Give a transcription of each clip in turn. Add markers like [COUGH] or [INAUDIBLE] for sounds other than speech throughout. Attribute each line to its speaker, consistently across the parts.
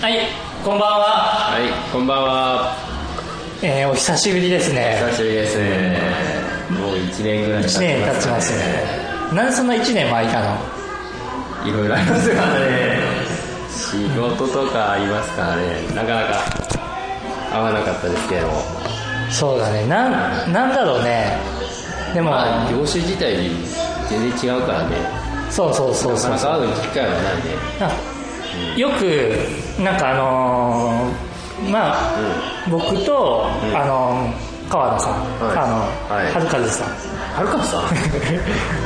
Speaker 1: はい、こんばんは。
Speaker 2: はい、こんばんは。
Speaker 1: えー、お久しぶりですね。
Speaker 2: 久しぶりですね。もう1年ぐらい経ち
Speaker 1: 1年経ちますね。なんでそんな1年も空いたの
Speaker 2: いろいろありますからね。仕事とかありますからね。なかなか合わなかったですけども。
Speaker 1: そうだね。なん、なんだろうね。でも、
Speaker 2: まあ、業種自体全然違うからね。
Speaker 1: そうそうそう
Speaker 2: なか
Speaker 1: そう
Speaker 2: な
Speaker 1: そう
Speaker 2: か会う機会はないね。
Speaker 1: あよく、なんかあのーまあ、僕と、
Speaker 2: ん
Speaker 1: あのー川野さん、
Speaker 2: はい
Speaker 1: あの、
Speaker 2: はい
Speaker 1: はるかずさん。
Speaker 2: はるか [LAUGHS] さん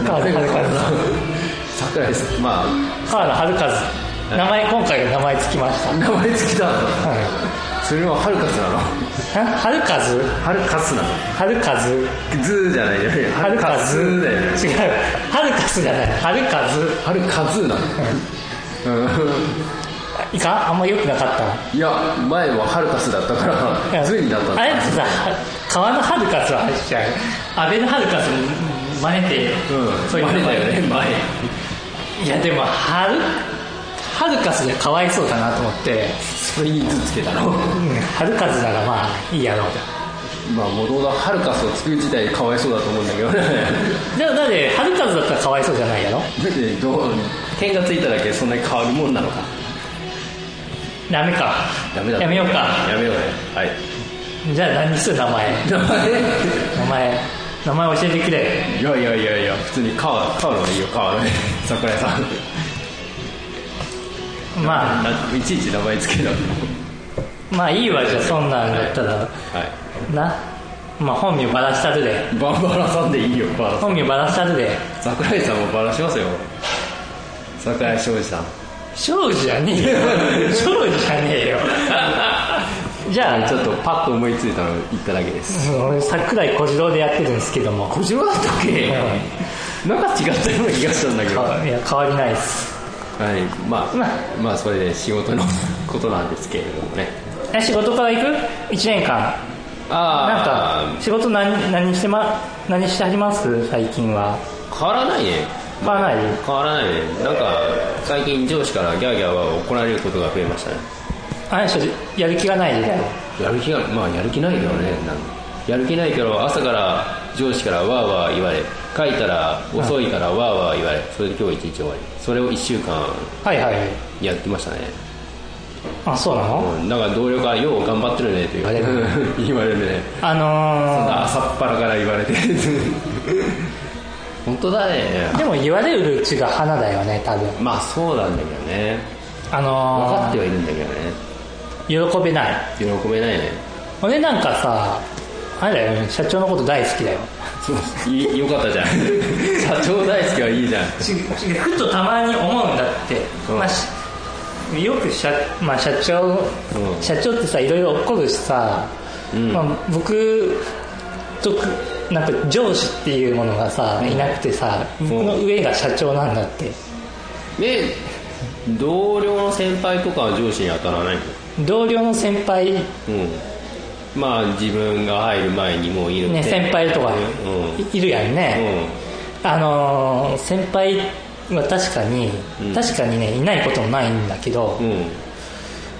Speaker 1: 川野はるかずさん。
Speaker 2: さん。桜井さん。まあ、
Speaker 1: 川野はるかず。名前、今回名前つきました。
Speaker 2: 名前付きだ。
Speaker 1: は
Speaker 2: それははるかずなの。
Speaker 1: い。ははるかず
Speaker 2: はるかすなの。
Speaker 1: はるかず
Speaker 2: ズーじゃないよね。
Speaker 1: はるかず
Speaker 2: だよね。
Speaker 1: 違うはるかずじゃないはるかず
Speaker 2: はるかずーなの。うん
Speaker 1: いかあんま良くなかった
Speaker 2: いや、前ははるかすだったから、ズーになったの
Speaker 1: あれってさ川のはるかずはしちゃう安倍のはるかず真似て
Speaker 2: うん、
Speaker 1: そういう
Speaker 2: 前
Speaker 1: の
Speaker 2: だよね、前。
Speaker 1: いやでもはるはるかずがかわいそうだなと思って、
Speaker 2: それにズつけたの。
Speaker 1: うん、はるかずならまあいいやろう
Speaker 2: まあ、もともとはるかすを作る自体かわいそうだと思うんだけどね。 [LAUGHS]
Speaker 1: とでもだってはるかずだったらかわいそうじゃないやろ
Speaker 2: だって、どう、点がついただけでそんなに変わるもんなのか。
Speaker 1: ダメか
Speaker 2: ダメだ。
Speaker 1: やめようか
Speaker 2: やめようね。 [LAUGHS] はい。
Speaker 1: じゃあ何にする名前
Speaker 2: 名
Speaker 1: 名前名前教えてくれ
Speaker 2: 前いやいやいやいや、普通に川、川の方がいいよ、川の方がいい。桜井さん。
Speaker 1: まあ
Speaker 2: あ、いちいち名前つけたの。
Speaker 1: まあいいわじゃあそんなんだったら
Speaker 2: はい。
Speaker 1: なまあ本名バラしたるで
Speaker 2: バンバラさんでいいよ、バラさん
Speaker 1: 本名バラしたるで
Speaker 2: 桜井さんもバラしますよ桜井庄司さん
Speaker 1: 庄司じゃねえ [LAUGHS] よ庄司じゃねえよじゃあ
Speaker 2: ち
Speaker 1: ちょ
Speaker 2: ょ
Speaker 1: っ
Speaker 2: っとパッと思いついたの言っただ
Speaker 1: [LAUGHS]
Speaker 2: けです
Speaker 1: と俺桜井小次郎でやってるんですけども
Speaker 2: 小島だったっけなんか違ったような気がしたんだけどはい
Speaker 1: や変わりないです
Speaker 2: いま
Speaker 1: ま
Speaker 2: あまあそれで仕事のことなんですけれどもね
Speaker 1: え仕事から行く1年間なん
Speaker 2: あ
Speaker 1: か仕事何何してま何してはります最近は
Speaker 2: あ変わらないね
Speaker 1: 変わらない
Speaker 2: 変わらないねなんか最近上司からギャーギャーは怒られることが増えましたね
Speaker 1: あれでしょやる気がないで
Speaker 2: やる気がまあやる気ないけどねなんやる気ないけど朝から上司からわーわー言われ書いたら遅いからわーわー言われそれで今日一日終わりそれを1週間
Speaker 1: はいはいはい
Speaker 2: やってましたね
Speaker 1: あそうなの
Speaker 2: うんなんか同僚から「よう頑張ってるね」と言われる [LAUGHS] 言われるね
Speaker 1: あの
Speaker 2: 朝っぱらから言わ
Speaker 1: [LAUGHS]
Speaker 2: れて本当だね
Speaker 1: ーでも言われるうちが花だよね多分
Speaker 2: まあそうなんだけどね
Speaker 1: あ
Speaker 2: 分
Speaker 1: のー
Speaker 2: かってはいるんだけどね
Speaker 1: 喜べない
Speaker 2: 喜べないね
Speaker 1: 俺なんかさあれだよね社長のこと大好きだよ
Speaker 2: そういよかったじゃ
Speaker 1: [LAUGHS]
Speaker 2: ん社長大好きはいいじゃん
Speaker 1: ふとたまに思うんだって、
Speaker 2: うん
Speaker 1: まあ、しよく社,、まあ、社長、
Speaker 2: うん
Speaker 1: 社長ってさいろいろ怒るしさ、
Speaker 2: うん
Speaker 1: まあ、僕とくなんか上司っていうものがさいなくてさ
Speaker 2: ん
Speaker 1: 僕の上が社長なんだって
Speaker 2: で同僚の先輩とかは上司に当たらないの
Speaker 1: 同僚の先輩
Speaker 2: うんまあ自分が入る前にもういる
Speaker 1: ね先輩とか
Speaker 2: うんうん
Speaker 1: いいるやんね、あのー先輩は確かに、
Speaker 2: うん
Speaker 1: 確かにねいないこともないんだけど、
Speaker 2: うん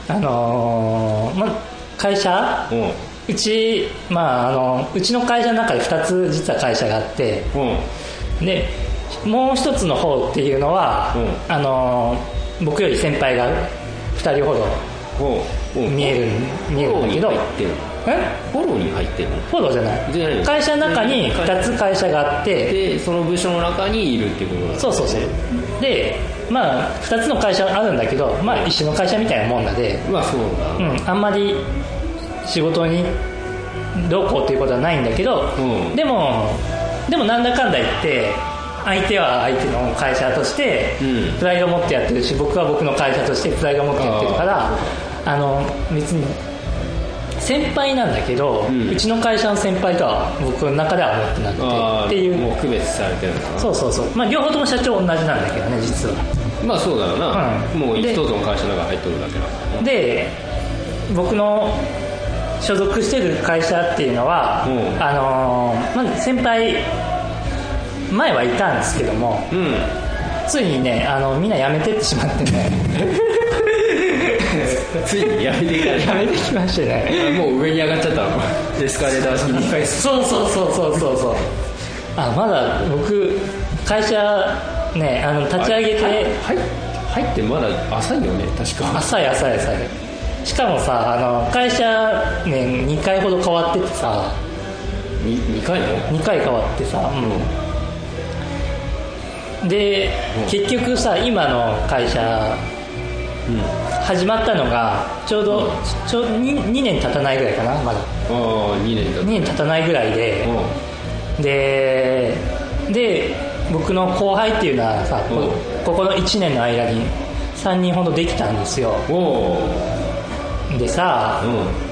Speaker 1: あのーまあ、会社
Speaker 2: うん
Speaker 1: うち、まあ、あのうちの会社の中で2つ実は会社があって
Speaker 2: うんうん
Speaker 1: でもう一つの方っていうのは、
Speaker 2: う
Speaker 1: あのー僕より先輩が2人ほど
Speaker 2: うんうん
Speaker 1: 見える見え
Speaker 2: フォ
Speaker 1: る
Speaker 2: ロ
Speaker 1: ん
Speaker 2: ー
Speaker 1: だけど
Speaker 2: に入ってる
Speaker 1: え
Speaker 2: フォローに入ってる
Speaker 1: フォローじゃない
Speaker 2: じゃない
Speaker 1: 会社の中に2つ会社があって
Speaker 2: でその部署の中にいるってことなん
Speaker 1: そうそうそうでまあ2つの会社あるんだけどまあ一緒の会社みたいなもんだで
Speaker 2: まあそうだ
Speaker 1: う、
Speaker 2: なん
Speaker 1: あんまり仕事にどうこうっていうことはないんだけど、
Speaker 2: うん
Speaker 1: でもでもなんだかんだ言って相手は相手の会社として
Speaker 2: うん
Speaker 1: プライドを持ってやってるし、僕は僕の会社としてプライドを持ってやってるから
Speaker 2: あ
Speaker 1: あの別に先輩なんだけど、う
Speaker 2: うん
Speaker 1: ちの会社の先輩とは僕の中では思ってな
Speaker 2: ああ
Speaker 1: くてってい
Speaker 2: も
Speaker 1: う
Speaker 2: う区別されてるのかな
Speaker 1: そうそうそう、まあ、両方とも社長同じなんだけどね実は。
Speaker 2: まあそうだろうな
Speaker 1: うん
Speaker 2: もう
Speaker 1: で
Speaker 2: 一つの会社の中入っとるだけだから
Speaker 1: で僕の所属してる会社っていうのは、
Speaker 2: うん
Speaker 1: あのーまず先輩前はいたんですけども
Speaker 2: うん
Speaker 1: [LAUGHS] ついにねあのみんな辞めてってしまってね
Speaker 2: ついにやめていかれ
Speaker 1: やめてきましたね [LAUGHS]
Speaker 2: たもう上に上がっちゃったのエスカレーター式 [LAUGHS] に
Speaker 1: そうそうそうそうそうそうあまだ僕会社ねあの立ち上げて
Speaker 2: はい入ってまだ浅いよね確か
Speaker 1: 浅い浅い浅いしかもさあの会社ね2回ほど変わっててさ
Speaker 2: 2, 二回の
Speaker 1: 2回変わってさ、
Speaker 2: う
Speaker 1: で、
Speaker 2: うん
Speaker 1: 結局さ今の会社
Speaker 2: んうん
Speaker 1: 始まったのがちょうど、
Speaker 2: うん
Speaker 1: ちょ 2, 年経たないぐらいかなまだ
Speaker 2: ああ2年だ
Speaker 1: 2年経たないぐらいで、でで僕の後輩っていうのはさ、こ
Speaker 2: う
Speaker 1: ここの1年の間に3人ほどできたんですよ
Speaker 2: うんおお
Speaker 1: でさ、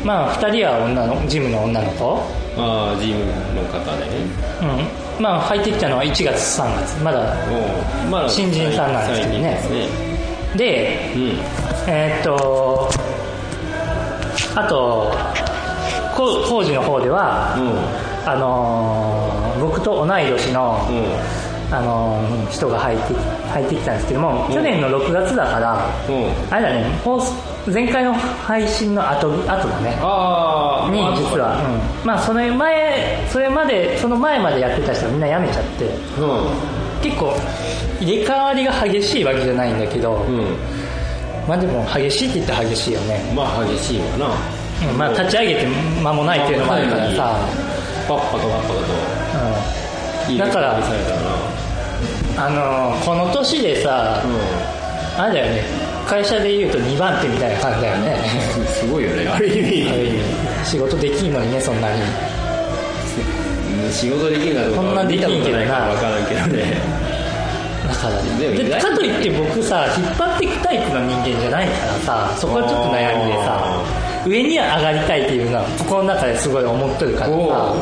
Speaker 2: う
Speaker 1: まあ2人は女のジムの女の子、
Speaker 2: ああジムの方ね
Speaker 1: うん、まあ入ってきたのは1月3月まだ
Speaker 2: おおまあ
Speaker 1: 新人さんなんですけどね
Speaker 2: 最近ですね
Speaker 1: で
Speaker 2: うん
Speaker 1: えーっとあとこう工事の方では、あのー僕と同い年の、
Speaker 2: うんうん
Speaker 1: あのー人が入って入ってきたんですけども、去年の6月だから、
Speaker 2: うん
Speaker 1: あれだね放送前回の配信の後後だね
Speaker 2: ああ
Speaker 1: に実は、うん、まあその前それまでその前までやってた人はみんな辞めちゃって
Speaker 2: う
Speaker 1: 結構入れ替わりが激しいわけじゃないんだけど、
Speaker 2: んうん
Speaker 1: まあでも激しいって言ったら激しいよね、
Speaker 2: まあ激しいわな
Speaker 1: うんまあ立ち上げて間もないっていうのもあるからさ、
Speaker 2: パッパとパッパといい
Speaker 1: だから
Speaker 2: レコーディングされたな
Speaker 1: うん、あのーこの年でさ、あれだよね会社でいうと2番手みたいな感じだよね
Speaker 2: うんすごいよねある意
Speaker 1: ある意味仕事できんのにねそんなに
Speaker 2: 味仕事できるかどうか
Speaker 1: こんなで
Speaker 2: 見
Speaker 1: きんけど
Speaker 2: たこ
Speaker 1: な
Speaker 2: とないから分からんけどね
Speaker 1: だから
Speaker 2: でも
Speaker 1: で
Speaker 2: 意外と
Speaker 1: かといって僕さ引っ張っていくタイプの人間じゃないからさそこはちょっと悩みでさ上には上がりたいっていうのはここの中ですごい思っとるからさ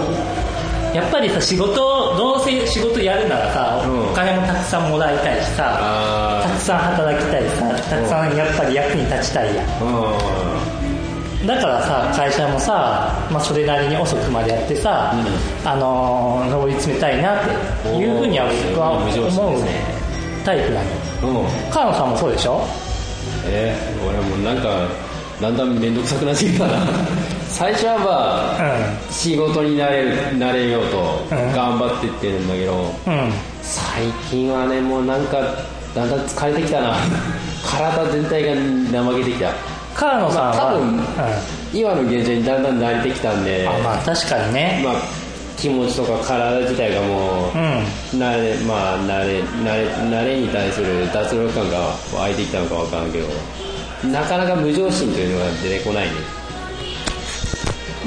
Speaker 1: やっぱりさ仕事をどうせ仕事やるならさ、
Speaker 2: うん
Speaker 1: お金もたくさんもらいたいしさた
Speaker 2: あ
Speaker 1: くさん働きたいしさたくさんやっぱり役に立ちたいやん
Speaker 2: あうん
Speaker 1: だからさ会社もさ、まあ、それなりに遅くまでやってさ、
Speaker 2: う
Speaker 1: あのー上り詰めたいなっていうふうには僕は
Speaker 2: おー無常
Speaker 1: 思
Speaker 2: 心で
Speaker 1: う
Speaker 2: すね
Speaker 1: タイプなの
Speaker 2: うん
Speaker 1: 川野さんもそうでしょ
Speaker 2: えー俺もなんかだんだん面倒くさくなってきたな最初はまあ、
Speaker 1: う
Speaker 2: 仕事になれるなれようと
Speaker 1: うん
Speaker 2: 頑張ってってるんだけど、
Speaker 1: んうん
Speaker 2: 最近はねもうなんかだんだん疲れてきたな [LAUGHS] 体全体が怠けてきた
Speaker 1: 川野さんは、
Speaker 2: まあ多分
Speaker 1: うん、
Speaker 2: 今の現状にだんだん慣れてきたんで
Speaker 1: あまあ確かにね、
Speaker 2: まあ、気持ちとか体自体がもう、慣れまあ慣れ慣れ慣れに対する脱力感が湧いてきたのか分からんけどなかなか無常心というのが出てこないね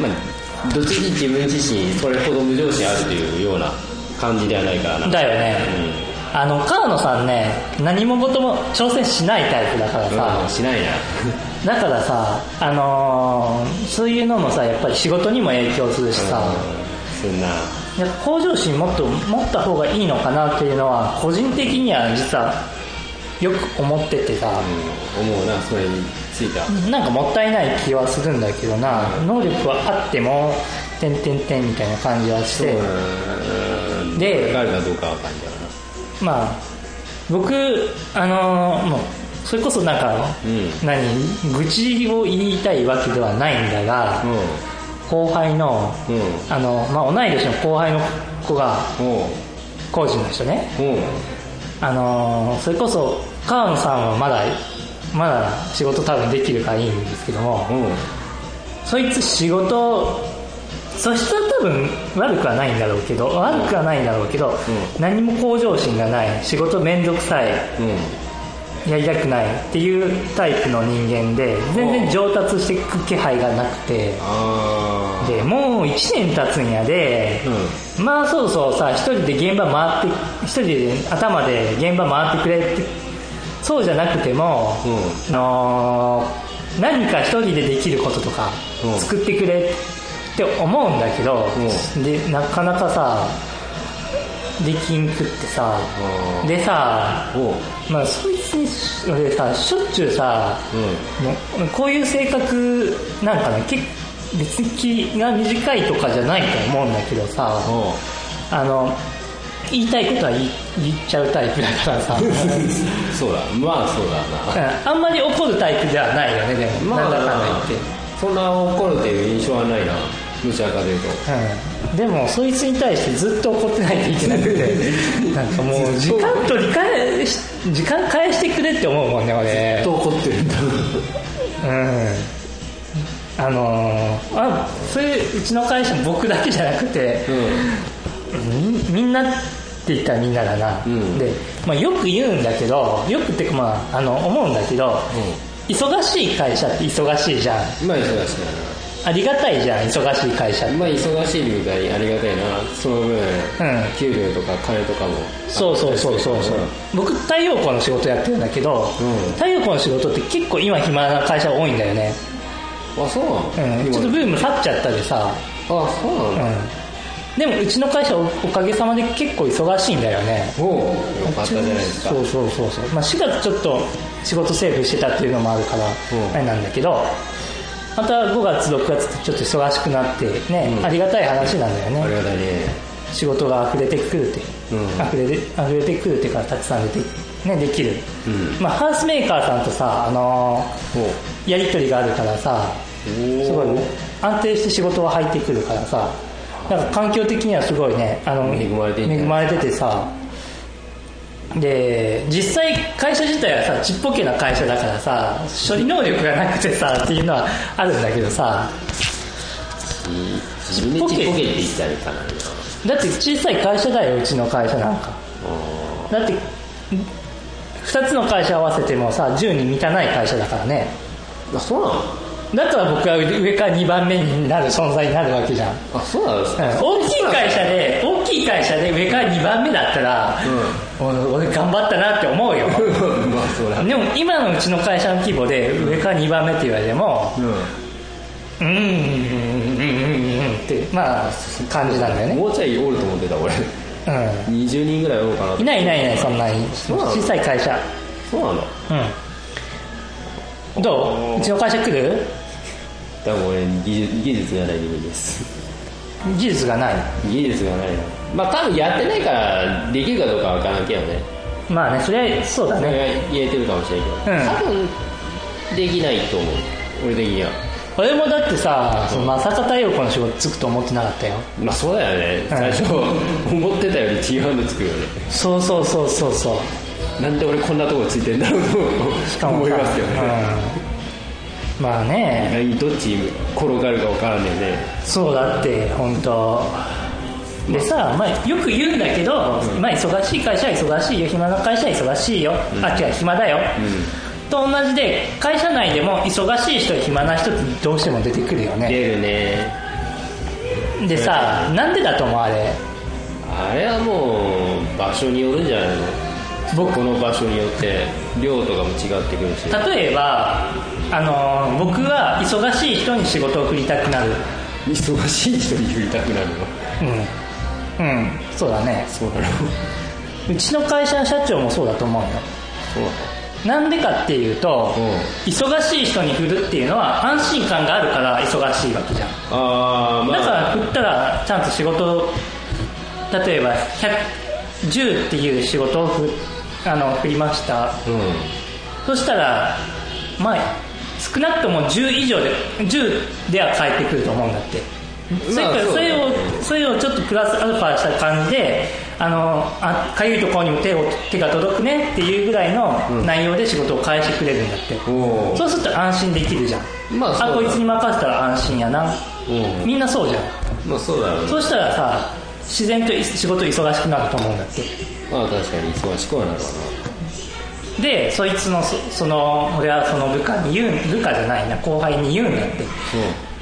Speaker 2: まあどっちに自分自身それほど無常心あるというような感じではないからな
Speaker 1: うんだよね
Speaker 2: う
Speaker 1: あの川野さんね何も事も挑戦しないタイプだから
Speaker 2: ん
Speaker 1: さ、
Speaker 2: うんしないな
Speaker 1: だからさ、あのーそういうのもさやっぱり仕事にも影響するしさ、
Speaker 2: そんない
Speaker 1: や向上心もっと持った方がいいのかなっていうのは個人的には実はよく思っててさ、
Speaker 2: うん思うなそれについた
Speaker 1: なんかもったいない気はするんだけどな、能力はあっても点点点みたいな感じはして、
Speaker 2: うん
Speaker 1: で
Speaker 2: わかるかどうか分かんないからな
Speaker 1: まあ僕あのーもうそれこそなんか、
Speaker 2: うん
Speaker 1: 何愚痴を言いたいわけではないんだが、後輩の、
Speaker 2: うん
Speaker 1: あのまあ、同い年の後輩の子が
Speaker 2: うん
Speaker 1: 工事の人ね
Speaker 2: おう
Speaker 1: あのーそれこそ川野さんはまだまだ仕事多分できるからいいんですけども
Speaker 2: おううん
Speaker 1: そいつ仕事そしたら多分悪くはないんだろうけど悪くはないんだろうけど、
Speaker 2: う
Speaker 1: 何も向上心がない仕事面倒くさい
Speaker 2: うん
Speaker 1: やりたくないっていうタイプの人間で全然上達していく気配がなくて
Speaker 2: あ
Speaker 1: でもう1年経つんやで
Speaker 2: あ、うん
Speaker 1: まあそうそうさ一人で現場回って一人で頭で現場回ってくれってそうじゃなくても、
Speaker 2: う
Speaker 1: あのー何か一人でできることとか
Speaker 2: うん
Speaker 1: 作ってくれって思うんだけど、
Speaker 2: う
Speaker 1: でなかなかさできんくってさ、
Speaker 2: うん
Speaker 1: でさ、
Speaker 2: おう
Speaker 1: まあ、そいつに俺さしょっちゅうさ、
Speaker 2: う
Speaker 1: もうこういう性格なんかね結別に気が短いとかじゃないと思うんだけどさ、
Speaker 2: おう
Speaker 1: あの言いたいことは言い言っちゃうタイプだからさ
Speaker 2: そうだまあそうだな
Speaker 1: うんあんまり怒るタイプではないよねでも、
Speaker 2: ま
Speaker 1: な
Speaker 2: あ
Speaker 1: んだかんだ言って
Speaker 2: そんな怒るっていう印象はないなむちゃかというと
Speaker 1: うんでもそいつに対してずっと怒ってないといけなく
Speaker 2: [LAUGHS]
Speaker 1: てなんかもう時間取り返し時間返してくれって思うもんね俺
Speaker 2: と怒ってるんだ
Speaker 1: うんあのーあそれうちの会社僕だけじゃなくて、みみんなって言ったらみんなだな、
Speaker 2: うん
Speaker 1: で、まあ、よく言うんだけどよくっていうかまああの思うんだけど、忙しい会社って忙しいじゃん
Speaker 2: うんまあ忙しい
Speaker 1: ありがたいじゃん忙しい会社って
Speaker 2: なまあ忙しいみたいにありがたいなその分、給料とか金とかも
Speaker 1: そうそうそうそうそう僕太陽光の仕事やってるんだけど、
Speaker 2: うん
Speaker 1: 太陽光の仕事って結構今暇な会社多いんだよね、
Speaker 2: あそうなの、
Speaker 1: うん、ちょっとブ
Speaker 2: 今
Speaker 1: ーム去っちゃったでさ、
Speaker 2: あそうなの、
Speaker 1: うん、でもうちの会社おおかげさまで結構忙しいんだよね
Speaker 2: おうよかったじゃないですか
Speaker 1: そうそうそうそう、まあ、4月ちょっと仕事セーブしてたっていうのもあるから
Speaker 2: ん
Speaker 1: あれなんだけどまた5月6月ってちょっと忙しくなってね、
Speaker 2: うん
Speaker 1: ありがたい話なんだよね
Speaker 2: ありがたいね
Speaker 1: 仕事が溢れてくるって、
Speaker 2: うん
Speaker 1: 溢れて溢れてくるっていうかたくさん出て、ね、できる、
Speaker 2: うん
Speaker 1: まあ、ハウスメーカーさんとさ、あの
Speaker 2: おう
Speaker 1: ーやり取りがあるからさすごい安定して仕事は入ってくるからさなんか環境的にはすごいねあの
Speaker 2: 恵まれてんじゃん
Speaker 1: 恵まれててさで実際会社自体はさちっぽけな会社だからさ処理能力がなくてさっていうのはあるんだけどさ
Speaker 2: 自分でちっぽけって言ってあるかな
Speaker 1: だって小さい会社だようちの会社なんかだって2つの会社合わせてもさ10に満たない会社だからね
Speaker 2: あそうなの
Speaker 1: だから僕は上から2番目になる存在になるわけじゃん、うん
Speaker 2: あそうなんですか、
Speaker 1: 大きい会社で大きい会社で上から2番目だったら、お俺頑張ったなって思うよ
Speaker 2: まあそら
Speaker 1: でも今のうちの会社の規模で上から2番目って言われてもうんうんうんうんうんうんってまあ感じなんだよね
Speaker 2: もうちょいおると思ってた俺
Speaker 1: うん
Speaker 2: 20人ぐらいおるかなと
Speaker 1: いないいないいないそんなに
Speaker 2: うなの
Speaker 1: 小さい会社
Speaker 2: そうなの
Speaker 1: うんどううちの会社来る
Speaker 2: 多分俺技術技術がない人間です
Speaker 1: 技術がない
Speaker 2: 技術がないなまあ多分やってないからできるかどうかわからんけどね
Speaker 1: まあねそれはそうだ
Speaker 2: それ
Speaker 1: ね
Speaker 2: が言えてるかもしれんけど、
Speaker 1: うん
Speaker 2: 多分できないと思う俺的には
Speaker 1: 俺もだってさそのまさか太陽光の仕事つくと思ってなかったよ
Speaker 2: まあそうだよね最初思ってたより違うのつくよね
Speaker 1: そうそうそうそうそう
Speaker 2: なんで俺こんなとこついてんだろう
Speaker 1: し
Speaker 2: と
Speaker 1: かも
Speaker 2: 思い
Speaker 1: さ
Speaker 2: ますよね、
Speaker 1: うんまあね
Speaker 2: どっちに転がるか分からんねんね
Speaker 1: そうだって本当でさ、まあ、よく言うんだけど、まあ、忙しい会社は忙しいよ暇な会社は忙しいよ、あ違う暇だよ、と同じで会社内でも忙しい人暇な人ってどうしても出てくるよね
Speaker 2: 出るね
Speaker 1: でさなんでだと思うあれ
Speaker 2: あれはもう場所によるんじゃないの
Speaker 1: 僕
Speaker 2: 僕の場所によって量とかも違ってくるし
Speaker 1: 例えばあのー僕は忙しい人に仕事を振りたくなる
Speaker 2: 忙しい人に振りたくなるの
Speaker 1: うんうんそうだね
Speaker 2: そうなの
Speaker 1: うちの会社の社長もそうだと思うよ
Speaker 2: そうなの
Speaker 1: なんでかっていうと、
Speaker 2: う
Speaker 1: 忙しい人に振るっていうのは安心感があるから忙しいわけじゃん
Speaker 2: ああま
Speaker 1: だか
Speaker 2: あ
Speaker 1: ら振ったらちゃんと仕事を例えば100 10っていう仕事をふあの振りました
Speaker 2: う
Speaker 1: そしたらまあ少なくとも10以上で10では返ってくると思うんだってそれから
Speaker 2: そう
Speaker 1: それをそれをちょっとプラスアルファした感じであのあかゆいところにも手を手が届くねっていうぐらいの内容で仕事を返してくれるんだって、
Speaker 2: んおお
Speaker 1: そうすると安心できるじゃん、
Speaker 2: まあそうだ
Speaker 1: こいつに任せたら安心やな、
Speaker 2: うん
Speaker 1: みんなそうじゃん
Speaker 2: まあそうだろうね
Speaker 1: そうしたらさ自然とい仕事忙しくなると思うんだって
Speaker 2: まあ確かに忙しくはなるわ
Speaker 1: でそいつのそその俺はその部下に言う部下じゃないな後輩に言うんだって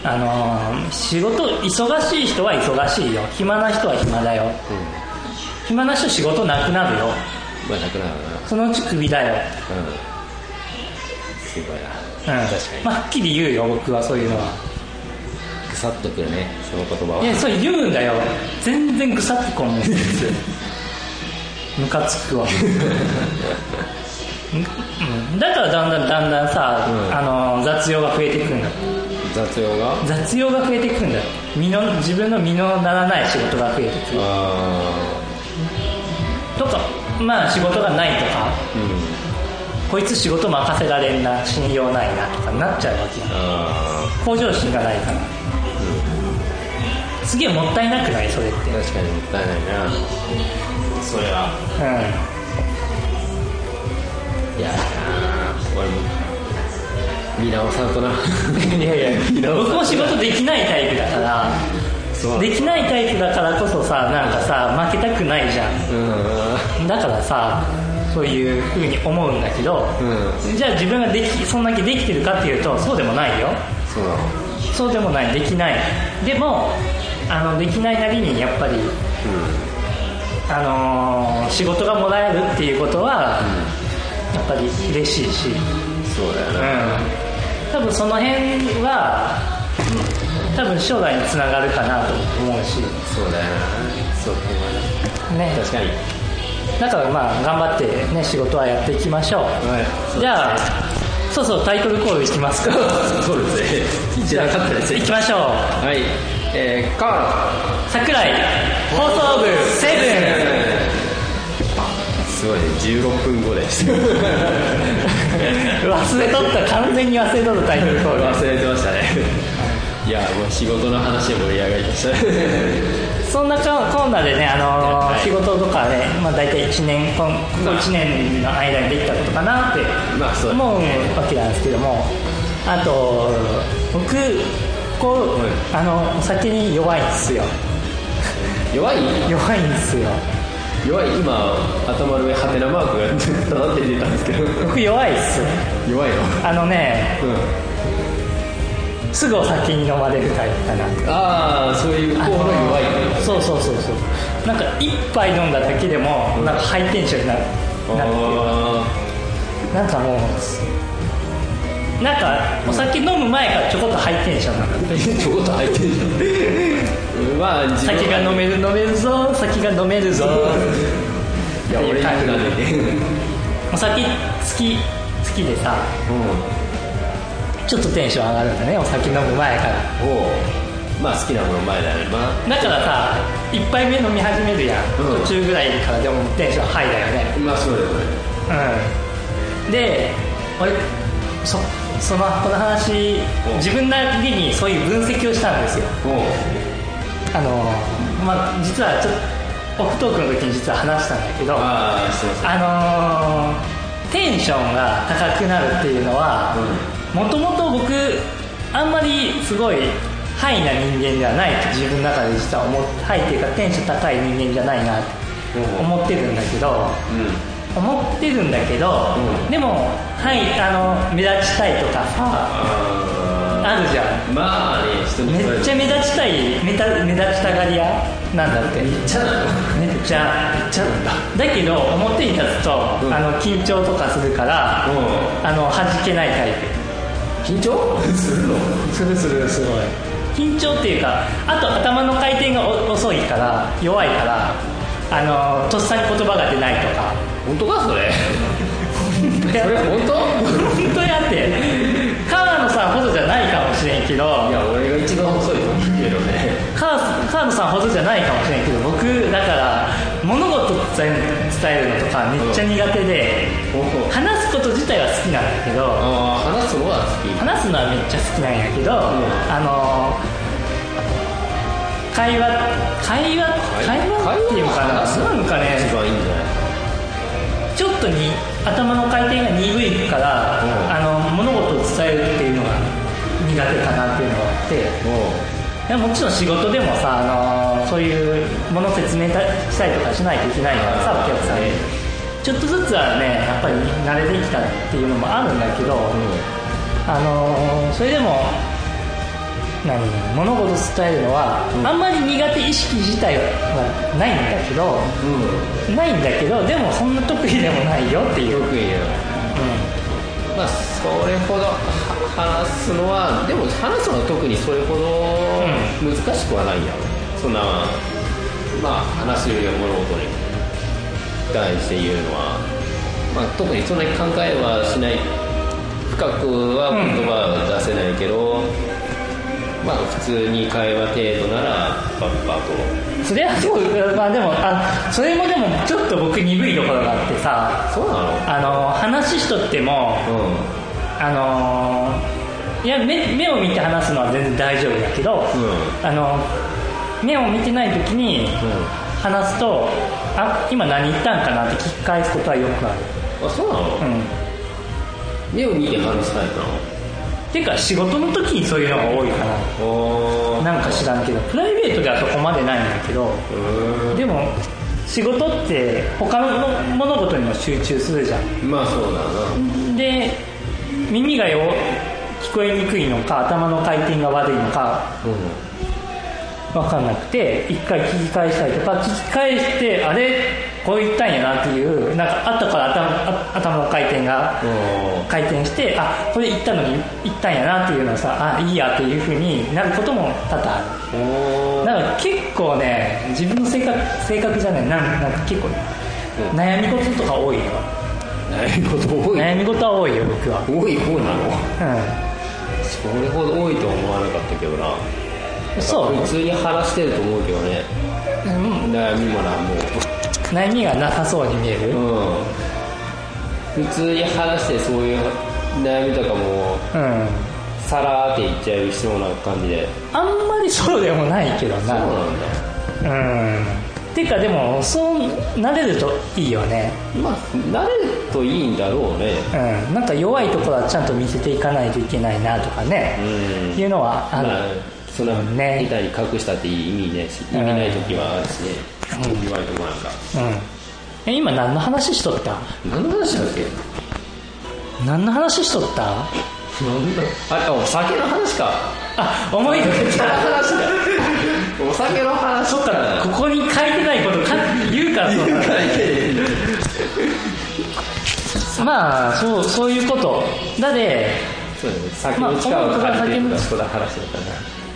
Speaker 1: あのー仕事忙しい人は忙しいよ暇な人は暇だよ
Speaker 2: なうんうん
Speaker 1: 暇な人仕事なくなるよ
Speaker 2: まあなくなるわな
Speaker 1: そのうちクビだよ、
Speaker 2: うんすごい
Speaker 1: うん、
Speaker 2: な
Speaker 1: まあ
Speaker 2: 確かに
Speaker 1: はっきり言うよ僕はそういうのは
Speaker 2: 腐っとくるねその言葉はい
Speaker 1: やそれ言うんだよ全然腐ってこんもんそいつ [LAUGHS] ムカつ
Speaker 2: [LAUGHS]
Speaker 1: くわうんだからだんだんだんだんさ、
Speaker 2: うん
Speaker 1: あのー雑用が増えてくんだ
Speaker 2: 雑用が
Speaker 1: 雑用が増えてくんだよ身の自分の身のならない仕事が増えてくる
Speaker 2: あ
Speaker 1: とかまあ仕事がないとか
Speaker 2: うん
Speaker 1: こいつ仕事任せられんな信用ないなとかなっちゃうわけよ
Speaker 2: あ
Speaker 1: 向上心がないからすげえもったいなくないそれって
Speaker 2: ー確かにもったいないなそれは
Speaker 1: う
Speaker 2: いやー俺も見直さんとな [LAUGHS]
Speaker 1: んいやいや
Speaker 2: 見直
Speaker 1: 僕
Speaker 2: さん
Speaker 1: も仕事できないタイプだから
Speaker 2: そう
Speaker 1: できないタイプだからこそさなんかさ負けたくないじゃん
Speaker 2: うん
Speaker 1: だからさそういうふうに思うんだけど、
Speaker 2: う
Speaker 1: じゃあ自分ができそんだけできてるかっていうとそうでもないよ
Speaker 2: そうなの
Speaker 1: そうでもないできないでもあのできないなりにやっぱり、あのー仕事がもらえるっていうことは、やっぱり嬉しいし、
Speaker 2: そうだよ
Speaker 1: うん、多
Speaker 2: な、
Speaker 1: 分その辺は多分将来につながるかなと思うし
Speaker 2: そうだよなそう思う
Speaker 1: ね
Speaker 2: な確かに
Speaker 1: だからまあ頑張ってね仕事はやっていきましょう、
Speaker 2: はい
Speaker 1: じゃあそうそうタイトルコールいきますか [LAUGHS]
Speaker 2: そうですね一なかったです
Speaker 1: い
Speaker 2: ね
Speaker 1: きましょう
Speaker 2: はいえー、カー
Speaker 1: 桜井放送部セブン
Speaker 2: ラすごいね16分後です
Speaker 1: 忘れとった完全に忘れとったタイトルコール
Speaker 2: 忘れてましたねいやもう仕事の話で盛り上がりました
Speaker 1: そんなかコーナーでね、あのー
Speaker 2: はい
Speaker 1: 仕事とかね、まあ、大体1年こんここ1年の間にできたことかなって
Speaker 2: [LAUGHS] まあそうだね
Speaker 1: 思うわけなんですけどもあと僕こう、
Speaker 2: はい
Speaker 1: あのお酒に弱いんですよ
Speaker 2: 弱い
Speaker 1: 弱いんですよ
Speaker 2: 弱い今頭の上ハテナマークが [LAUGHS] ただって出たんですけど
Speaker 1: 僕弱いっす
Speaker 2: 弱いの
Speaker 1: あのね
Speaker 2: うん
Speaker 1: すぐお酒に飲まれるタイプかな
Speaker 2: ああそういう方の弱い
Speaker 1: あのそうそうそうそうなんか一杯飲んだだけでもなんかハイテンションになるなるっていうか
Speaker 2: あ
Speaker 1: なんかもうなんかお酒飲む前からちょこっとハイテンションなんだって
Speaker 2: ーちょこっと入ってるじゃんまあ自分
Speaker 1: 酒が飲める飲めるぞ酒が飲めるぞ
Speaker 2: いや俺いくなんでね
Speaker 1: お酒好き好きでさ
Speaker 2: うん
Speaker 1: ちょっとテンション上がるんだねお酒飲む前から
Speaker 2: おうまあ好きなもの前だねま
Speaker 1: だからさ1杯目飲み始めるやん、
Speaker 2: うん
Speaker 1: 途中ぐらいからでもテンションハイだよね
Speaker 2: あまあそうだよね
Speaker 1: うんで俺そそのこの話
Speaker 2: うん
Speaker 1: 自分なりにそういう分析をしたんですよ
Speaker 2: おう
Speaker 1: あのまあ実はちょっとオフトークの時に実は話したんだけどあ
Speaker 2: ああそうそう
Speaker 1: のーテンションが高くなるっていうのはもともと僕あんまりすごいハイな人間ではないと自分の中で実は思っハイっていうかテンション高い人間じゃないなって思ってるんだけど
Speaker 2: うん
Speaker 1: 思ってるんだけど、
Speaker 2: うん
Speaker 1: でもはいあの目立ちたいとかさ
Speaker 2: あ
Speaker 1: あるじゃん
Speaker 2: ーまあね人に
Speaker 1: め
Speaker 2: それ
Speaker 1: っちゃ目立ちたい目た目立ちたがり屋なんだってめっ
Speaker 2: ちゃなの
Speaker 1: めっちゃめっちゃだけど表に立つと、
Speaker 2: うん
Speaker 1: あの緊張とかするから、
Speaker 2: うん
Speaker 1: あの弾けないタイ
Speaker 2: 緊張 [LAUGHS] するの
Speaker 1: プするするすごい緊張っていうかあと頭の回転がお遅いから弱いからあのとっさに言葉が出ないとか
Speaker 2: 本当かそれ [LAUGHS]
Speaker 1: そ
Speaker 2: それ本当
Speaker 1: 本当やって川野さんほどじゃないかもしれんけど
Speaker 2: いや俺が一番遅いけどね [LAUGHS]
Speaker 1: カーカードさんほどじゃないかもしれんけど僕だから物事伝え伝えるのとかめっちゃ苦手で
Speaker 2: お
Speaker 1: 話すこと自体は好きなんだけど
Speaker 2: ああ話すのは好き
Speaker 1: 話すのはめっちゃ好きなんやけど
Speaker 2: ん
Speaker 1: あの会話会話会話っていうのかな
Speaker 2: 話す
Speaker 1: なんかね
Speaker 2: 一番いいんじゃない
Speaker 1: ちょっとに頭の回転が鈍いから
Speaker 2: うん
Speaker 1: あの物事を伝えるっていうのが苦手かなっていうのがあって。いやもちろん仕事でもさ、あのーそういうものを説明したりとかしないといけないからさお客さんにちょっとずつはねやっぱり慣れてきたっていうのもあるんだけど、あのーそれでも何物事伝えるのは、
Speaker 2: うん
Speaker 1: あんまり苦手意識自体はないんだけど
Speaker 2: うんうん
Speaker 1: ないんだけどでもそんな得意でもないよっていう、うん、
Speaker 2: 得意だよまあそれほどは話すのはでも話すのは特にそれほど
Speaker 1: ん
Speaker 2: 難しくはないんやろ、そんなまあ話すよりは物事に対して言うのは、まあ、特にそんなに考えはしない深くは言葉は出せないけど、まあ、普通に会話程度ならバッバと
Speaker 1: それはそうまあでもあそれもでもちょっと僕鈍いところがあってさ
Speaker 2: そうなの
Speaker 1: あの話しとっても
Speaker 2: うん
Speaker 1: あのーいや目目を見て話すのは全然大丈夫だけど、
Speaker 2: う
Speaker 1: あの目を見てない時に
Speaker 2: う
Speaker 1: 話すと「あ今何言ったんかな?」って聞き返すことはよくある、
Speaker 2: んあそうなの、
Speaker 1: うん、
Speaker 2: 目を見て話すタイプな
Speaker 1: ていうか仕事の時にそういうのが多いか
Speaker 2: のお
Speaker 1: ななんか知らんけどプライベートではそこまでないんだけど
Speaker 2: うー
Speaker 1: でも仕事って他の物事にも集中するじゃん
Speaker 2: んまあそうだな
Speaker 1: で耳がよ聞こえにくいのか頭の回転が悪いのか
Speaker 2: う
Speaker 1: 分かんなくて一回聞き返したりとか聞き返してあれこう言ったんやなっていうなんか後から頭あ頭の回転が
Speaker 2: んおー
Speaker 1: 回転してあこれ言ったのに言ったんやなっていうのをさあいいやっていうふうになることも多々ある
Speaker 2: おー
Speaker 1: だから結構ね自分の性格性格じゃないなんなんか結構
Speaker 2: うん
Speaker 1: 悩み事とか多いよ
Speaker 2: 悩み事多い
Speaker 1: 悩み事は多いよ僕は
Speaker 2: 多い方なの
Speaker 1: う
Speaker 2: それほど多いとは思わなかったけどなん
Speaker 1: そう
Speaker 2: 普通に話してると思うけどね
Speaker 1: うん
Speaker 2: 悩みもなんも
Speaker 1: 悩みがなさそうに見えるうん
Speaker 2: うん普通に話してそういう悩みとかもさらーって言っちゃいそうな感じで
Speaker 1: あんまりそうでもないけど
Speaker 2: そう
Speaker 1: な
Speaker 2: なんだ
Speaker 1: うんていうかでもそう慣れるといいよね
Speaker 2: まあ慣れるといいんだろうね
Speaker 1: うんなんか弱いところはちゃんと見せていかないといけないなとかね
Speaker 2: うん
Speaker 1: いうのはある、
Speaker 2: まあそんな
Speaker 1: ね
Speaker 2: みたいに隠したっていい意味ないし意味ない時はあるしね弱いとこなんか
Speaker 1: うんえ今何の話しとった
Speaker 2: 何の話だっけ
Speaker 1: 何の話しとった
Speaker 2: 何だあれあお酒の話
Speaker 1: [LAUGHS]
Speaker 2: か
Speaker 1: あ思い出し
Speaker 2: お酒の
Speaker 1: た
Speaker 2: 話だお酒の話
Speaker 1: そっかここに書いてないことか言うからそうだまあそうそういうことだで
Speaker 2: そうだね酒の力を借りてるからそこだ話だったな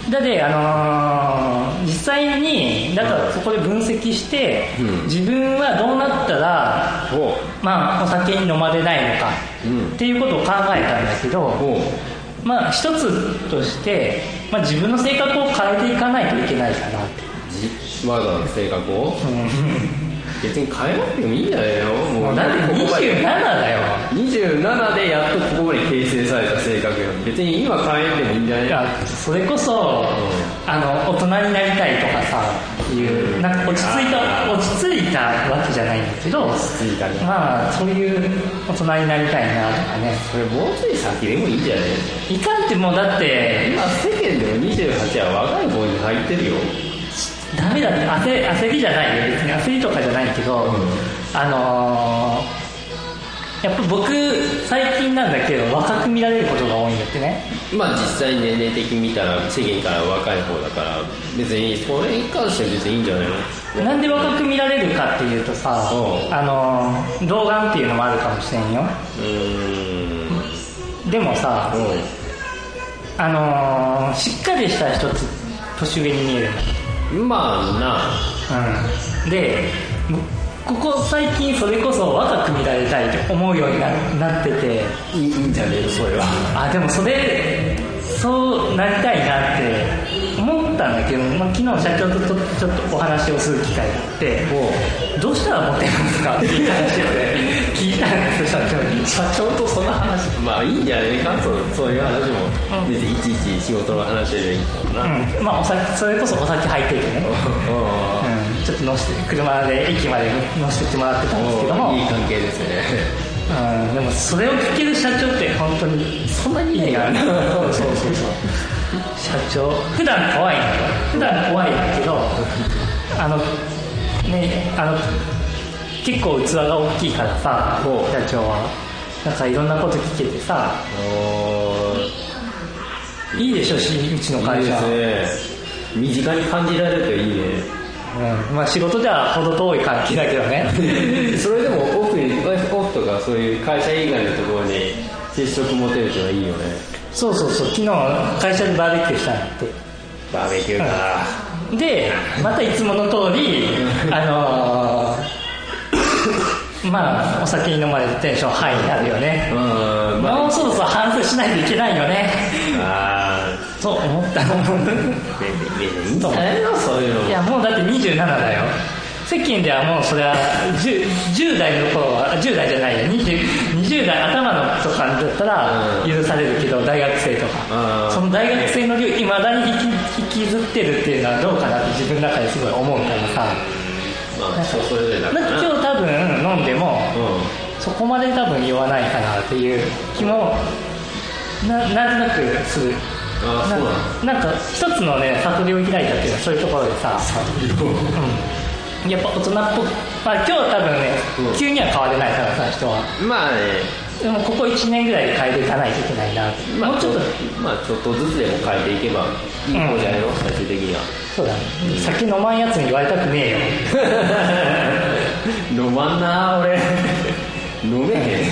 Speaker 1: だで、あのー実際にだからそこで分析して、
Speaker 2: うん
Speaker 1: 自分はどうなったら、
Speaker 2: おう
Speaker 1: まあ、お酒に飲まれないのか、
Speaker 2: うん
Speaker 1: っていうことを考えたんだけど、
Speaker 2: おう
Speaker 1: まあ、一つとして、まあ、自分の性格を変えていかないといけないかなって
Speaker 2: じわざわざ性格を別に変えなくてもいいんじゃないのも
Speaker 1: も
Speaker 2: う
Speaker 1: うだって
Speaker 2: ここま
Speaker 1: 27
Speaker 2: で
Speaker 1: だよ
Speaker 2: 27でやっとここまで形成された性格よ別に今変えなくてもいいんじゃない
Speaker 1: いやそれこそ、あの大人になりたいとかさいうなんか落ち着いた落ち着いたわけじゃないんだけど
Speaker 2: 着いたね
Speaker 1: まあそういう大人になりたいなとかね
Speaker 2: それもうちょい先でもいいんじゃない
Speaker 1: いかんってもうだって
Speaker 2: 今世間でも28は若い方に入ってるよ
Speaker 1: ダメだね焦焦りじゃないよ別に焦りとかじゃないけど、
Speaker 2: ん
Speaker 1: あのーやっぱ僕最近なんだけど若く見られることが多いんだってね
Speaker 2: まあ実際に年齢的に見たら世間から若い方だから別にそれに関しては別にいいんじゃないの
Speaker 1: なんで若く見られるかっていうとさ
Speaker 2: そう
Speaker 1: あのー老眼っていうのもあるかもしれんよ
Speaker 2: うーん
Speaker 1: でもさあのーしっかりした人って年上に見えるの
Speaker 2: うんまあな
Speaker 1: うんでむここ最近それこそ若く見られたいと思うようにななってて
Speaker 2: いいいいんじゃねえのそれは
Speaker 1: あでもそれそうなりたいなって思ったんだけど、まあ、昨日社長ととちょっとお話をする機会があって
Speaker 2: も
Speaker 1: どうしたらモテますかっていう話をね聞いたんですよ社長に
Speaker 2: う社長とそんな話まあいいんじゃねえかそうそういう話も、
Speaker 1: うん
Speaker 2: 別にいちいち仕事の話でいいかもな、うん
Speaker 1: うんまあお酒それこそお酒入っててね、うん、ちょっと乗せて車で駅まで乗せてってもらってたんですけども、
Speaker 2: お
Speaker 1: う
Speaker 2: うんいい関係ですね
Speaker 1: でもそれを聞ける社長って本当にそんなにいいがあるそうそうそう社長普段怖いのよ普段怖いんだけどあのねあの結構器が大きいからさ
Speaker 2: ほ
Speaker 1: 社
Speaker 2: う
Speaker 1: 長はなんかいろんなこと聞けてさ
Speaker 2: おー
Speaker 1: いいでしょしうちの会社
Speaker 2: いいですね身近に感じられるといいね
Speaker 1: うんまあ、仕事では程遠い関係だけどね [LAUGHS]
Speaker 2: それでもオフにオフとかそういう会社以外のところに接触持てるってのはいいよね
Speaker 1: そうそうそう昨日会社でバーベキューしたんだって
Speaker 2: バーベキューか
Speaker 1: でまたいつもの通りあのー [COUGHS] まあお酒に飲まれてテンションハイになるよね
Speaker 2: うん
Speaker 1: もうそろそろ反省しないといけないよね
Speaker 2: あ
Speaker 1: と思った
Speaker 2: いいんじゃないのそういうのも
Speaker 1: いやもうだって27だよ世間ではもうそれは 10, 10代の頃はあ10代じゃないよ 20, 20代頭のとかだったら
Speaker 2: うん
Speaker 1: 許されるけど大学生と
Speaker 2: う
Speaker 1: か
Speaker 2: ん
Speaker 1: その大学生の量いまだに引き引きずってるっていうのはどうかなって自分の中ですごい思うからさ
Speaker 2: まあ人それぞれだ
Speaker 1: だっ
Speaker 2: か
Speaker 1: て
Speaker 2: らな
Speaker 1: 今日多分飲んでも
Speaker 2: うん
Speaker 1: そこまで多分言わないかなっていう気もななんとなくする
Speaker 2: ああそう
Speaker 1: な
Speaker 2: なの
Speaker 1: なんか一つのね悟りを開いたっていうのはそういうところでさうん、やっぱ大人っぽく、まあ、今日は多分ね、
Speaker 2: うん
Speaker 1: 急には変われないからさ人は
Speaker 2: まあね
Speaker 1: でもここ1年ぐらいで変えていかないといけないな、
Speaker 2: ま
Speaker 1: もう
Speaker 2: あち
Speaker 1: ち
Speaker 2: ょ
Speaker 1: ょ
Speaker 2: っ
Speaker 1: っ
Speaker 2: と
Speaker 1: と
Speaker 2: まあちょっとずつでも変えていけばいい方じゃないの最終的には
Speaker 1: そうだね酒飲まんやつに言われたくねえよ
Speaker 2: [LAUGHS] 飲まんな俺飲めへ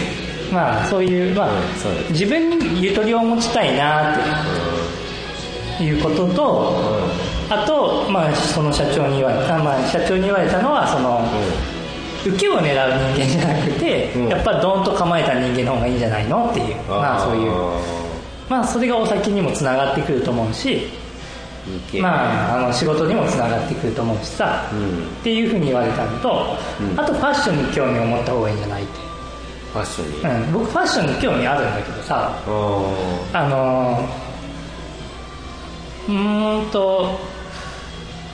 Speaker 2: ん
Speaker 1: まあそういうまあ、
Speaker 2: うんそうです
Speaker 1: 自分にゆとりを持ちたいなっていうことと、あと、まあ、その社長に言われた、まあ、社長に言われたのはその、受けを狙う人間じゃなくて、
Speaker 2: うん
Speaker 1: やっぱドンと構えた人間の方がいいんじゃないのっていうまあそういうまあそれがお酒にもつながってくると思うし
Speaker 2: いう
Speaker 1: まああの仕事にもつながってくると思うしさ、
Speaker 2: うん
Speaker 1: っていうふうに言われたのと、
Speaker 2: うん
Speaker 1: あとファッションに興味を持った方がいいんじゃないって、
Speaker 2: ファッションに
Speaker 1: うん、僕ファッションに興味あるんだけどさ
Speaker 2: あ
Speaker 1: あのーうーんと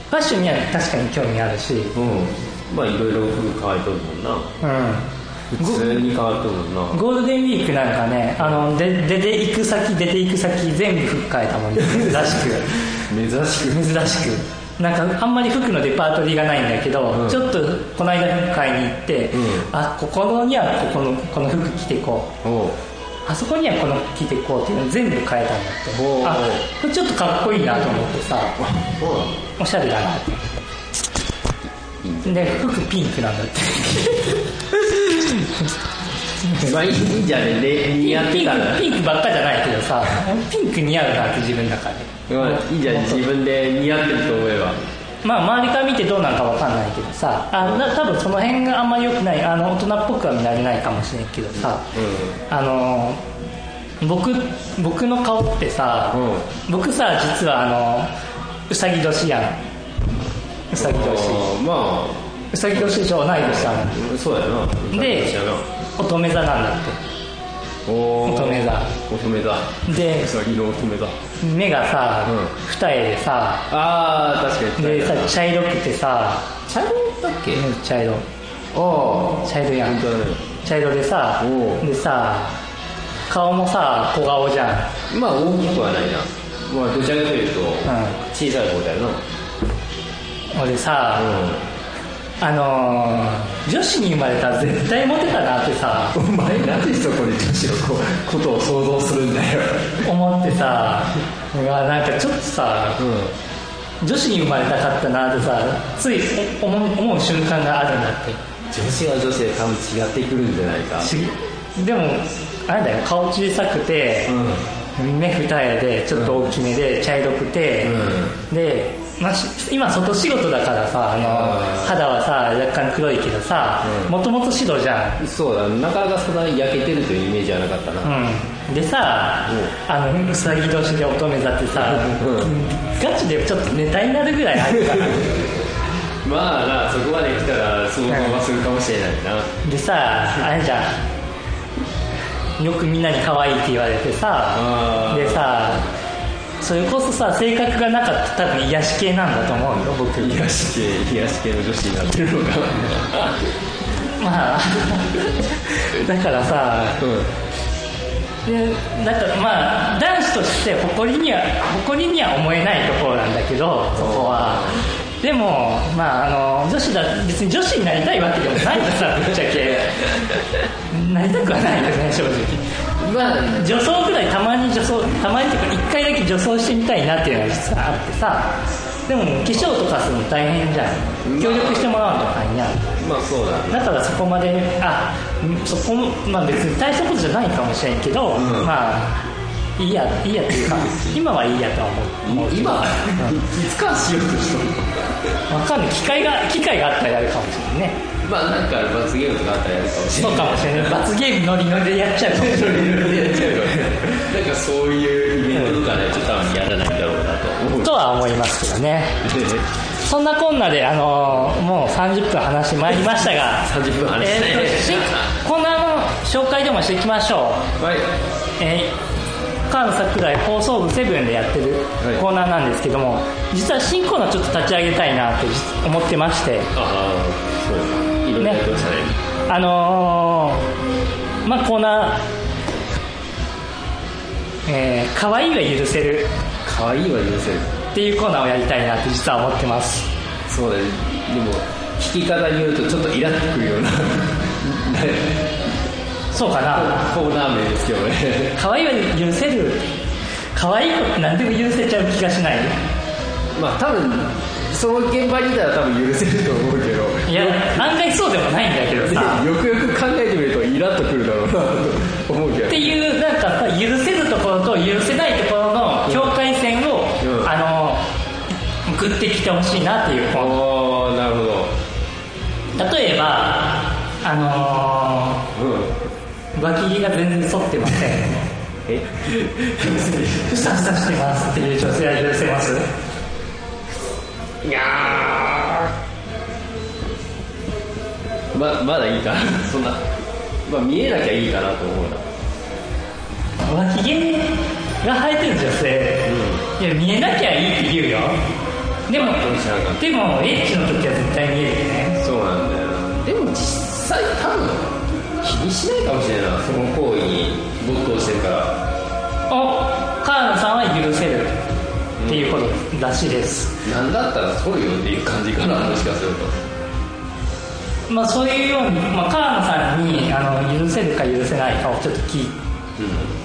Speaker 1: ファッションには確かに興味あるし、
Speaker 2: ーうんまあいろいろ服変わっとるもんな
Speaker 1: うん、
Speaker 2: 普通に変わっとるもんな
Speaker 1: ゴールデンウィークなんかねあので出て行く先出て行く先全部服変えたもんね珍し
Speaker 2: 珍し
Speaker 1: く珍しくなんかあんまり服のレパートリーがないんだけど、
Speaker 2: うん
Speaker 1: ちょっとこの間服買いに行って、
Speaker 2: うん
Speaker 1: あここのにはここのこの服着てこう
Speaker 2: くおう
Speaker 1: あそこにはこの服着てこうっていうのを全部変えたんだって
Speaker 2: おう
Speaker 1: あこれちょっとかっこいいなと思ってさ
Speaker 2: そうなの
Speaker 1: おしゃれだなってで服ピンクなんだって
Speaker 2: まあいいんじゃねで似合ってたら
Speaker 1: ピンクピンクばっかじゃないけどさピンク似合うなって自分の中で
Speaker 2: まあいいじゃん自分で似合ってると思えば
Speaker 1: まあ周りから見てどうなんかわかんないけどさあな多分その辺があんまり良くないあの大人っぽくは見られないかもしれんけどさ、
Speaker 2: う
Speaker 1: あの僕僕の顔ってさ、僕さ実はあのうさぎ年やんうさぎ年
Speaker 2: んま
Speaker 1: うさぎ年でしょ同い年だもん
Speaker 2: あそうやな
Speaker 1: で
Speaker 2: そうやな
Speaker 1: 乙女座なんだっ
Speaker 2: おー
Speaker 1: 乙女座
Speaker 2: 乙女座
Speaker 1: てで
Speaker 2: うさぎの乙女座
Speaker 1: 目がさ、
Speaker 2: うん
Speaker 1: 二重でさ
Speaker 2: ああ確かに
Speaker 1: でさ茶色くてさ
Speaker 2: 茶色だっけ
Speaker 1: うん茶色
Speaker 2: ああ
Speaker 1: 茶色やん
Speaker 2: 本当だね
Speaker 1: 茶色でさ
Speaker 2: おう
Speaker 1: でさ顔もさ小顔じゃん
Speaker 2: まあ大きくはないなまあどちらかというと小さい方だよな
Speaker 1: 俺さ、あのー女子に生まれたら絶対モテたなってさ
Speaker 2: お前なんでそこで女子のことを想像するんだよ
Speaker 1: 思ってさうわなんかちょっとさ
Speaker 2: う
Speaker 1: 女子に生まれたかったなってさついお思う思う瞬間があるんだっ
Speaker 2: ん女子は女子で多分違ってくるんじゃないか
Speaker 1: てしでもあれだよ顔小さくて、
Speaker 2: う
Speaker 1: 目二重でちょっと大きめで茶色くて、で、まあ、し今外白とだからさあの
Speaker 2: あー
Speaker 1: 肌はさ若干黒いけどさ
Speaker 2: うん
Speaker 1: もともと白じゃん
Speaker 2: んそうだなかなかそんなに焼けてるというイメージはなかったな
Speaker 1: うんでさあのうさぎ年で乙女座ってさ
Speaker 2: うん
Speaker 1: ガチでちょっとネタになるぐらいあるから
Speaker 2: [LAUGHS] まあなそこまで来たら想像はするかもしれないな
Speaker 1: でさあれじゃんよくみんなに可愛いって言われてさ
Speaker 2: あー
Speaker 1: でさそれこそさ性格がなかったら多分癒し系なんだと思うよ僕
Speaker 2: 癒し系癒し系の女子になってるのか
Speaker 1: まあだからさ
Speaker 2: なうん
Speaker 1: でだからまあ男子として誇りには誇りには思えないところなんだけどそこはでもまああの女子だ別に女子になりたいわけでもないんださぶっちゃけなりたくはないよね正直
Speaker 2: まあ
Speaker 1: 女装くらいたまに女装たまにっていうか1回だけ女装してみたいなっていうのが実はあってさでも化粧とかするの大変じゃん協力してもらうの大変じゃん
Speaker 2: まあそうだね
Speaker 1: だからそこまであんそこもまあ別に大したことじゃないかもしれんけど、
Speaker 2: ん
Speaker 1: まあいいやいいやっていうか今はいいやとは思う思う
Speaker 2: 今
Speaker 1: うん
Speaker 2: いつかしようとし
Speaker 1: わかんない機会が機会があったらやるかもしれないね
Speaker 2: たまあなんか罰ゲームとかあったらやるかもしれ
Speaker 1: そう
Speaker 2: [LAUGHS]
Speaker 1: かもしれない罰ゲームノリノリでやっちゃうかもしれない
Speaker 2: ないなんかそういうイメージ戻るかねちょっと多分やらないんだろうなと思う
Speaker 1: とは思いますけどね
Speaker 2: で
Speaker 1: そんなこんなで、あのーもう30分話してまいりましたが
Speaker 2: 30分話して
Speaker 1: えーとしコーナーの紹介でもしていきましょう
Speaker 2: [LAUGHS] はい
Speaker 1: えー、関桜井放送部セブンでやってる
Speaker 2: はい
Speaker 1: コーナーなんですけども、実は新コーナーちょっと立ち上げたいなと思ってまして
Speaker 2: ああそういろいろやってましたね
Speaker 1: あのーまあコーナーえー、可愛いは許せる
Speaker 2: 可愛いは許せる
Speaker 1: っていうコーナーをやりたいなって実は思ってます
Speaker 2: そうだねでも聞き方によるとちょっとイラってくるような [LAUGHS]
Speaker 1: そうかな
Speaker 2: コーナー名ですけどね [LAUGHS]
Speaker 1: 可愛いは許せる可愛いこと何でも許せちゃう気がしない
Speaker 2: まあ多分その現場にいたら多分許せると思うけど
Speaker 1: いや案外そうでもないんだけどさ
Speaker 2: よくよく考えてみるとイラっとくるだろうなと思うけ
Speaker 1: っ
Speaker 2: ど
Speaker 1: ていうなんかさ許せるところと許せないところの境界線を、
Speaker 2: うん
Speaker 1: あの送ってきてほしいなっていう本
Speaker 2: ああなるほど
Speaker 1: 例えばあ
Speaker 2: うん
Speaker 1: のー、脇毛が全然剃ってま
Speaker 2: [LAUGHS]
Speaker 1: せん
Speaker 2: え
Speaker 1: ふさふさしてますっていう女性は許せます
Speaker 2: いやーままだいいかなそんなまあ見えなきゃいいかなと思うな
Speaker 1: 脇毛が生えてる女性、いや見えなきゃいいって言うよでも
Speaker 2: 知らんかっ
Speaker 1: でもエッチの時は絶対見えるよね
Speaker 2: そうなんだよなでも実際多分気にしないかもしれないなその行為に没頭してるから
Speaker 1: お川野さんは許せるっていうことらしいです、
Speaker 2: なんだったらそうよっていう感じかなもしかすると
Speaker 1: まあ、そういうように、まあ、川野さんにあの許せるか許せないかをちょっと聞い
Speaker 2: うん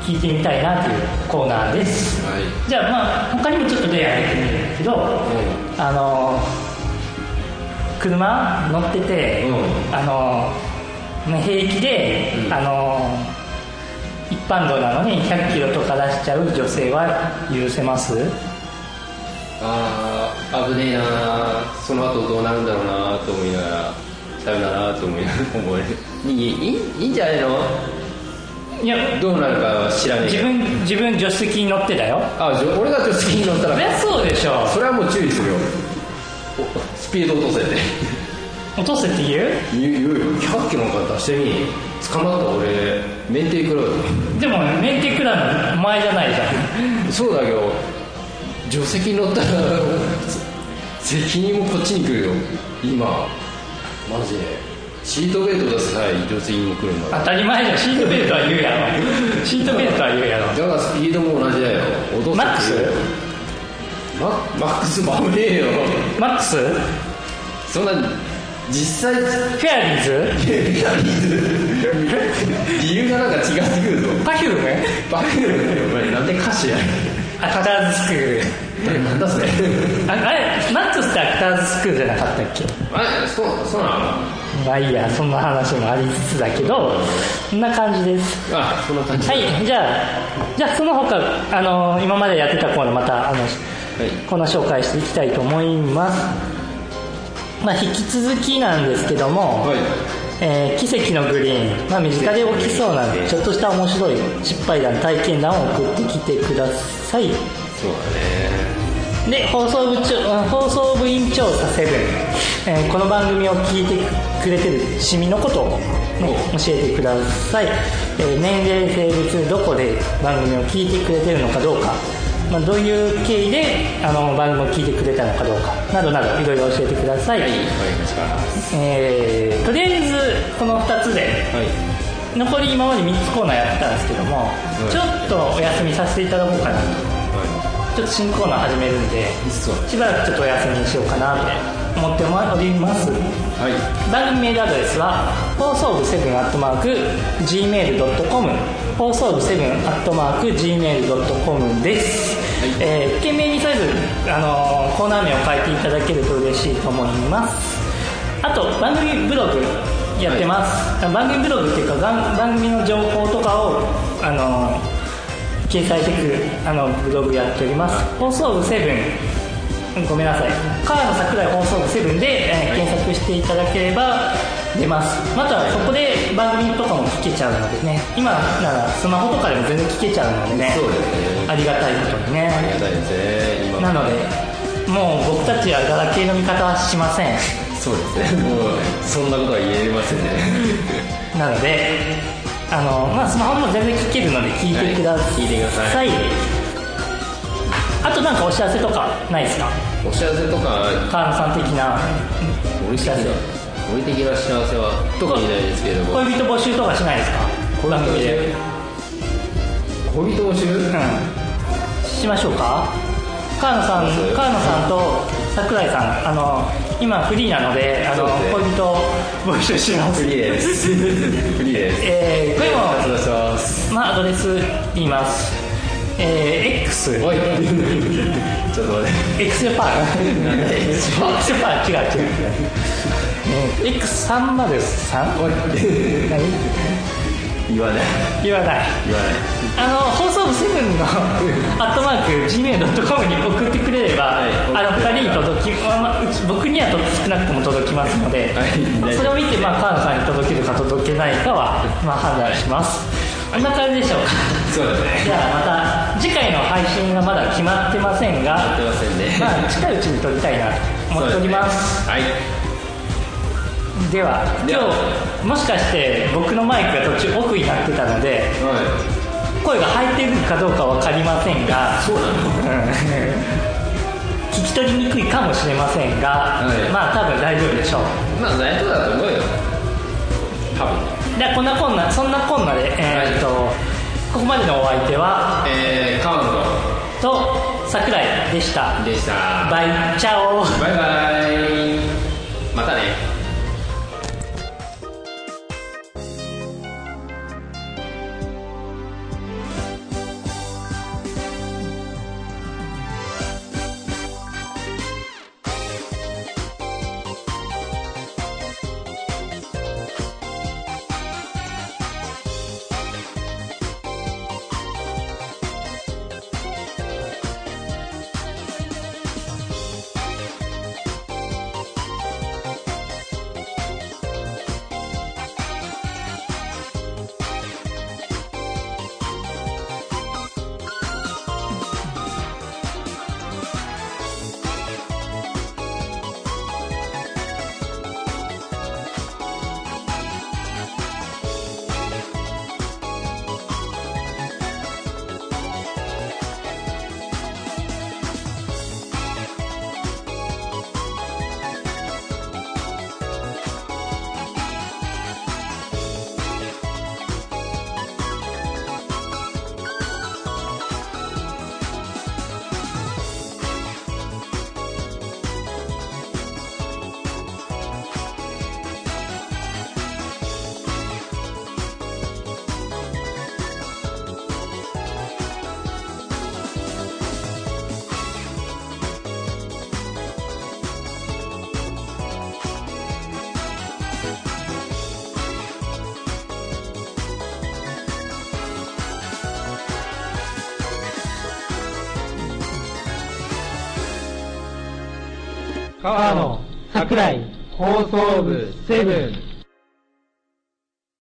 Speaker 1: 聞いてみたいなというコーナーです
Speaker 2: はい
Speaker 1: じゃあまあ他にもちょっと例挙げてみるんだけど、
Speaker 2: ん
Speaker 1: あの車乗ってて、
Speaker 2: う
Speaker 1: あのね平気で、
Speaker 2: うん
Speaker 1: あの一般道なのに100キロとか出しちゃう女性は許せます
Speaker 2: ああ危ねえなーその後どうなるんだろうなーと思いながらダメだなーと思いながら思えるいいいいいいんじゃないの
Speaker 1: いや
Speaker 2: どうなるかは知らねえ
Speaker 1: 自
Speaker 2: けど
Speaker 1: 分自分助手席に乗ってたよ
Speaker 2: あじゃあ俺が助手席に乗った
Speaker 1: そり
Speaker 2: ら
Speaker 1: ゃそうでしょ
Speaker 2: それはもう注意するよおスピード落とせって
Speaker 1: 落とせって言う
Speaker 2: [LAUGHS] 言う言うよ100キロなんか出してみ捕まったら俺免停食らうよ
Speaker 1: でもメンテクラの前じゃないじゃん
Speaker 2: そうだけど助手席に乗ったら責任もこっちに来るよ今マジでシートベルトださえ助手席にも来るんだから
Speaker 1: 当たり前じゃんシートベルトは言うやろシートベルトは言うやろ
Speaker 2: だからスピードも同じだよ落とせ
Speaker 1: マックス
Speaker 2: ママックスも危ねえよ
Speaker 1: マックスフ
Speaker 2: そんな実際
Speaker 1: ェアリーズ
Speaker 2: 理由がなんか違ってくるぞ
Speaker 1: パフューム
Speaker 2: バカだよお前なんで歌詞や
Speaker 1: アクターズスクール
Speaker 2: なんだそれ
Speaker 1: ああれマックスってアクターズスクールじゃなかったっけ
Speaker 2: あそうそうなの
Speaker 1: まあいいやそんな話もありつつだけどそんな感じです
Speaker 2: あそんな感じ
Speaker 1: は
Speaker 2: はい
Speaker 1: いじゃあじゃあその他あの今までやってたコーナーまたあのコーナー紹介していきたいと思いますまあ引き続きなんですけども、
Speaker 2: はい
Speaker 1: えー奇跡のグリーン、まあ、身近で起きそうなちょっとした面白い失敗談体験談を送ってきてください
Speaker 2: そうだ
Speaker 1: で放送部長うん放送部員調査セブン、えーこの番組を聞いてくれてるシミのことを、ね、
Speaker 2: お
Speaker 1: 教えてください、えー年齢性別どこで番組を聞いてくれてるのかどうか、まあ、どういう経緯であの番組を聞いてくれたのかどうかなどなどいろいろ教えてください、
Speaker 2: ねわかりましたは
Speaker 1: えーとりあえずこの2つで
Speaker 2: い
Speaker 1: 残り今まで3つコーナーやってたんですけども、
Speaker 2: うん
Speaker 1: ちょっとお休みさせていただこうかなと
Speaker 2: は
Speaker 1: ちょっと新コーナー始めるんで
Speaker 2: いそう
Speaker 1: しばらくちょっとお休みにしようかなって思っております
Speaker 2: はい
Speaker 1: 番組メールアドレスは放送部7アットマーク Gmail.com 放送部7アットマーク Gmail.com です、
Speaker 2: はい
Speaker 1: えー懸命にとりあえず、あのーコーナー名を変えていただけると嬉しいと思いますあと番組ブログやってます、番組ブログっていうか番番組の情報とかを、あのー掲載してくあのブログやっております放送部7ごめんなさい川野桜井放送部7で、えー検索していただければ出ますまたはそこで番組とかも聞けちゃうのでね今ならスマホとかでも全然聞けちゃうのでね
Speaker 2: そうだよ
Speaker 1: あ
Speaker 2: ね
Speaker 1: りがたいことにね
Speaker 2: ありがたいですね今
Speaker 1: なのでもう僕たちはガラケーの見方はしません
Speaker 2: そうですねもうそんなことは言えませんね
Speaker 1: なのであの、まあ、スマホも全然聞けるので聞いてください,、
Speaker 2: はい聞いてくださ
Speaker 1: あとなんかお知らせとかないですか
Speaker 2: [LAUGHS] お幸せとか
Speaker 1: 川野さん的な
Speaker 2: 俺的な俺的な幸せは特にないですけれども
Speaker 1: 恋人募集とかしないですか番組で
Speaker 2: 恋人募集
Speaker 1: うんしましょうか川野さん
Speaker 2: そうです
Speaker 1: 川野さんと桜井さんあの今フリーなのであの
Speaker 2: そうですね
Speaker 1: 恋人募集します
Speaker 2: フリーですフリーです
Speaker 1: えー、これも
Speaker 2: お願いします
Speaker 1: まあ、アドレス言います。えー、X。
Speaker 2: おい [LAUGHS] ちょっと待って
Speaker 1: X ジャパン。X ジャパン、違う違う。えー X3 まで 3?
Speaker 2: おい
Speaker 1: 何
Speaker 2: 言わない
Speaker 1: 言わない。
Speaker 2: 言わない
Speaker 1: あの、放送部7のアットマーク Gmail.com に送ってくれれば、
Speaker 2: はい
Speaker 1: あの、2人に届き、まあまあうち僕にはと少なくとも届きますので、
Speaker 2: はい
Speaker 1: それを見て、まあ、川野さんに届けるか届けないかは、まあ、判断します。こんな感じでしょうか。
Speaker 2: そうだね
Speaker 1: じゃあまた次回の配信がまだ決まってません
Speaker 2: やっ
Speaker 1: が
Speaker 2: てませんね
Speaker 1: まあ近いうちに撮りたいなと思っております
Speaker 2: そうでね
Speaker 1: では
Speaker 2: では
Speaker 1: 今日もしかして僕のマイクが途中オフになってたので
Speaker 2: はいはい
Speaker 1: 声が入っているかどうか分かりませんが
Speaker 2: そうなの
Speaker 1: うん聞き取りにくいかもしれませんが、
Speaker 2: はい
Speaker 1: まあ多分大丈夫でしょう
Speaker 2: まあ大丈夫だと思うよ多分
Speaker 1: でこんなこんなそんなこんなでえーっと、ここまでのお相手は
Speaker 2: えー、カウン
Speaker 1: と桜井でした
Speaker 2: トでした
Speaker 1: バイチャオ
Speaker 2: バイバイまたね
Speaker 3: 川野桜井放送部セブン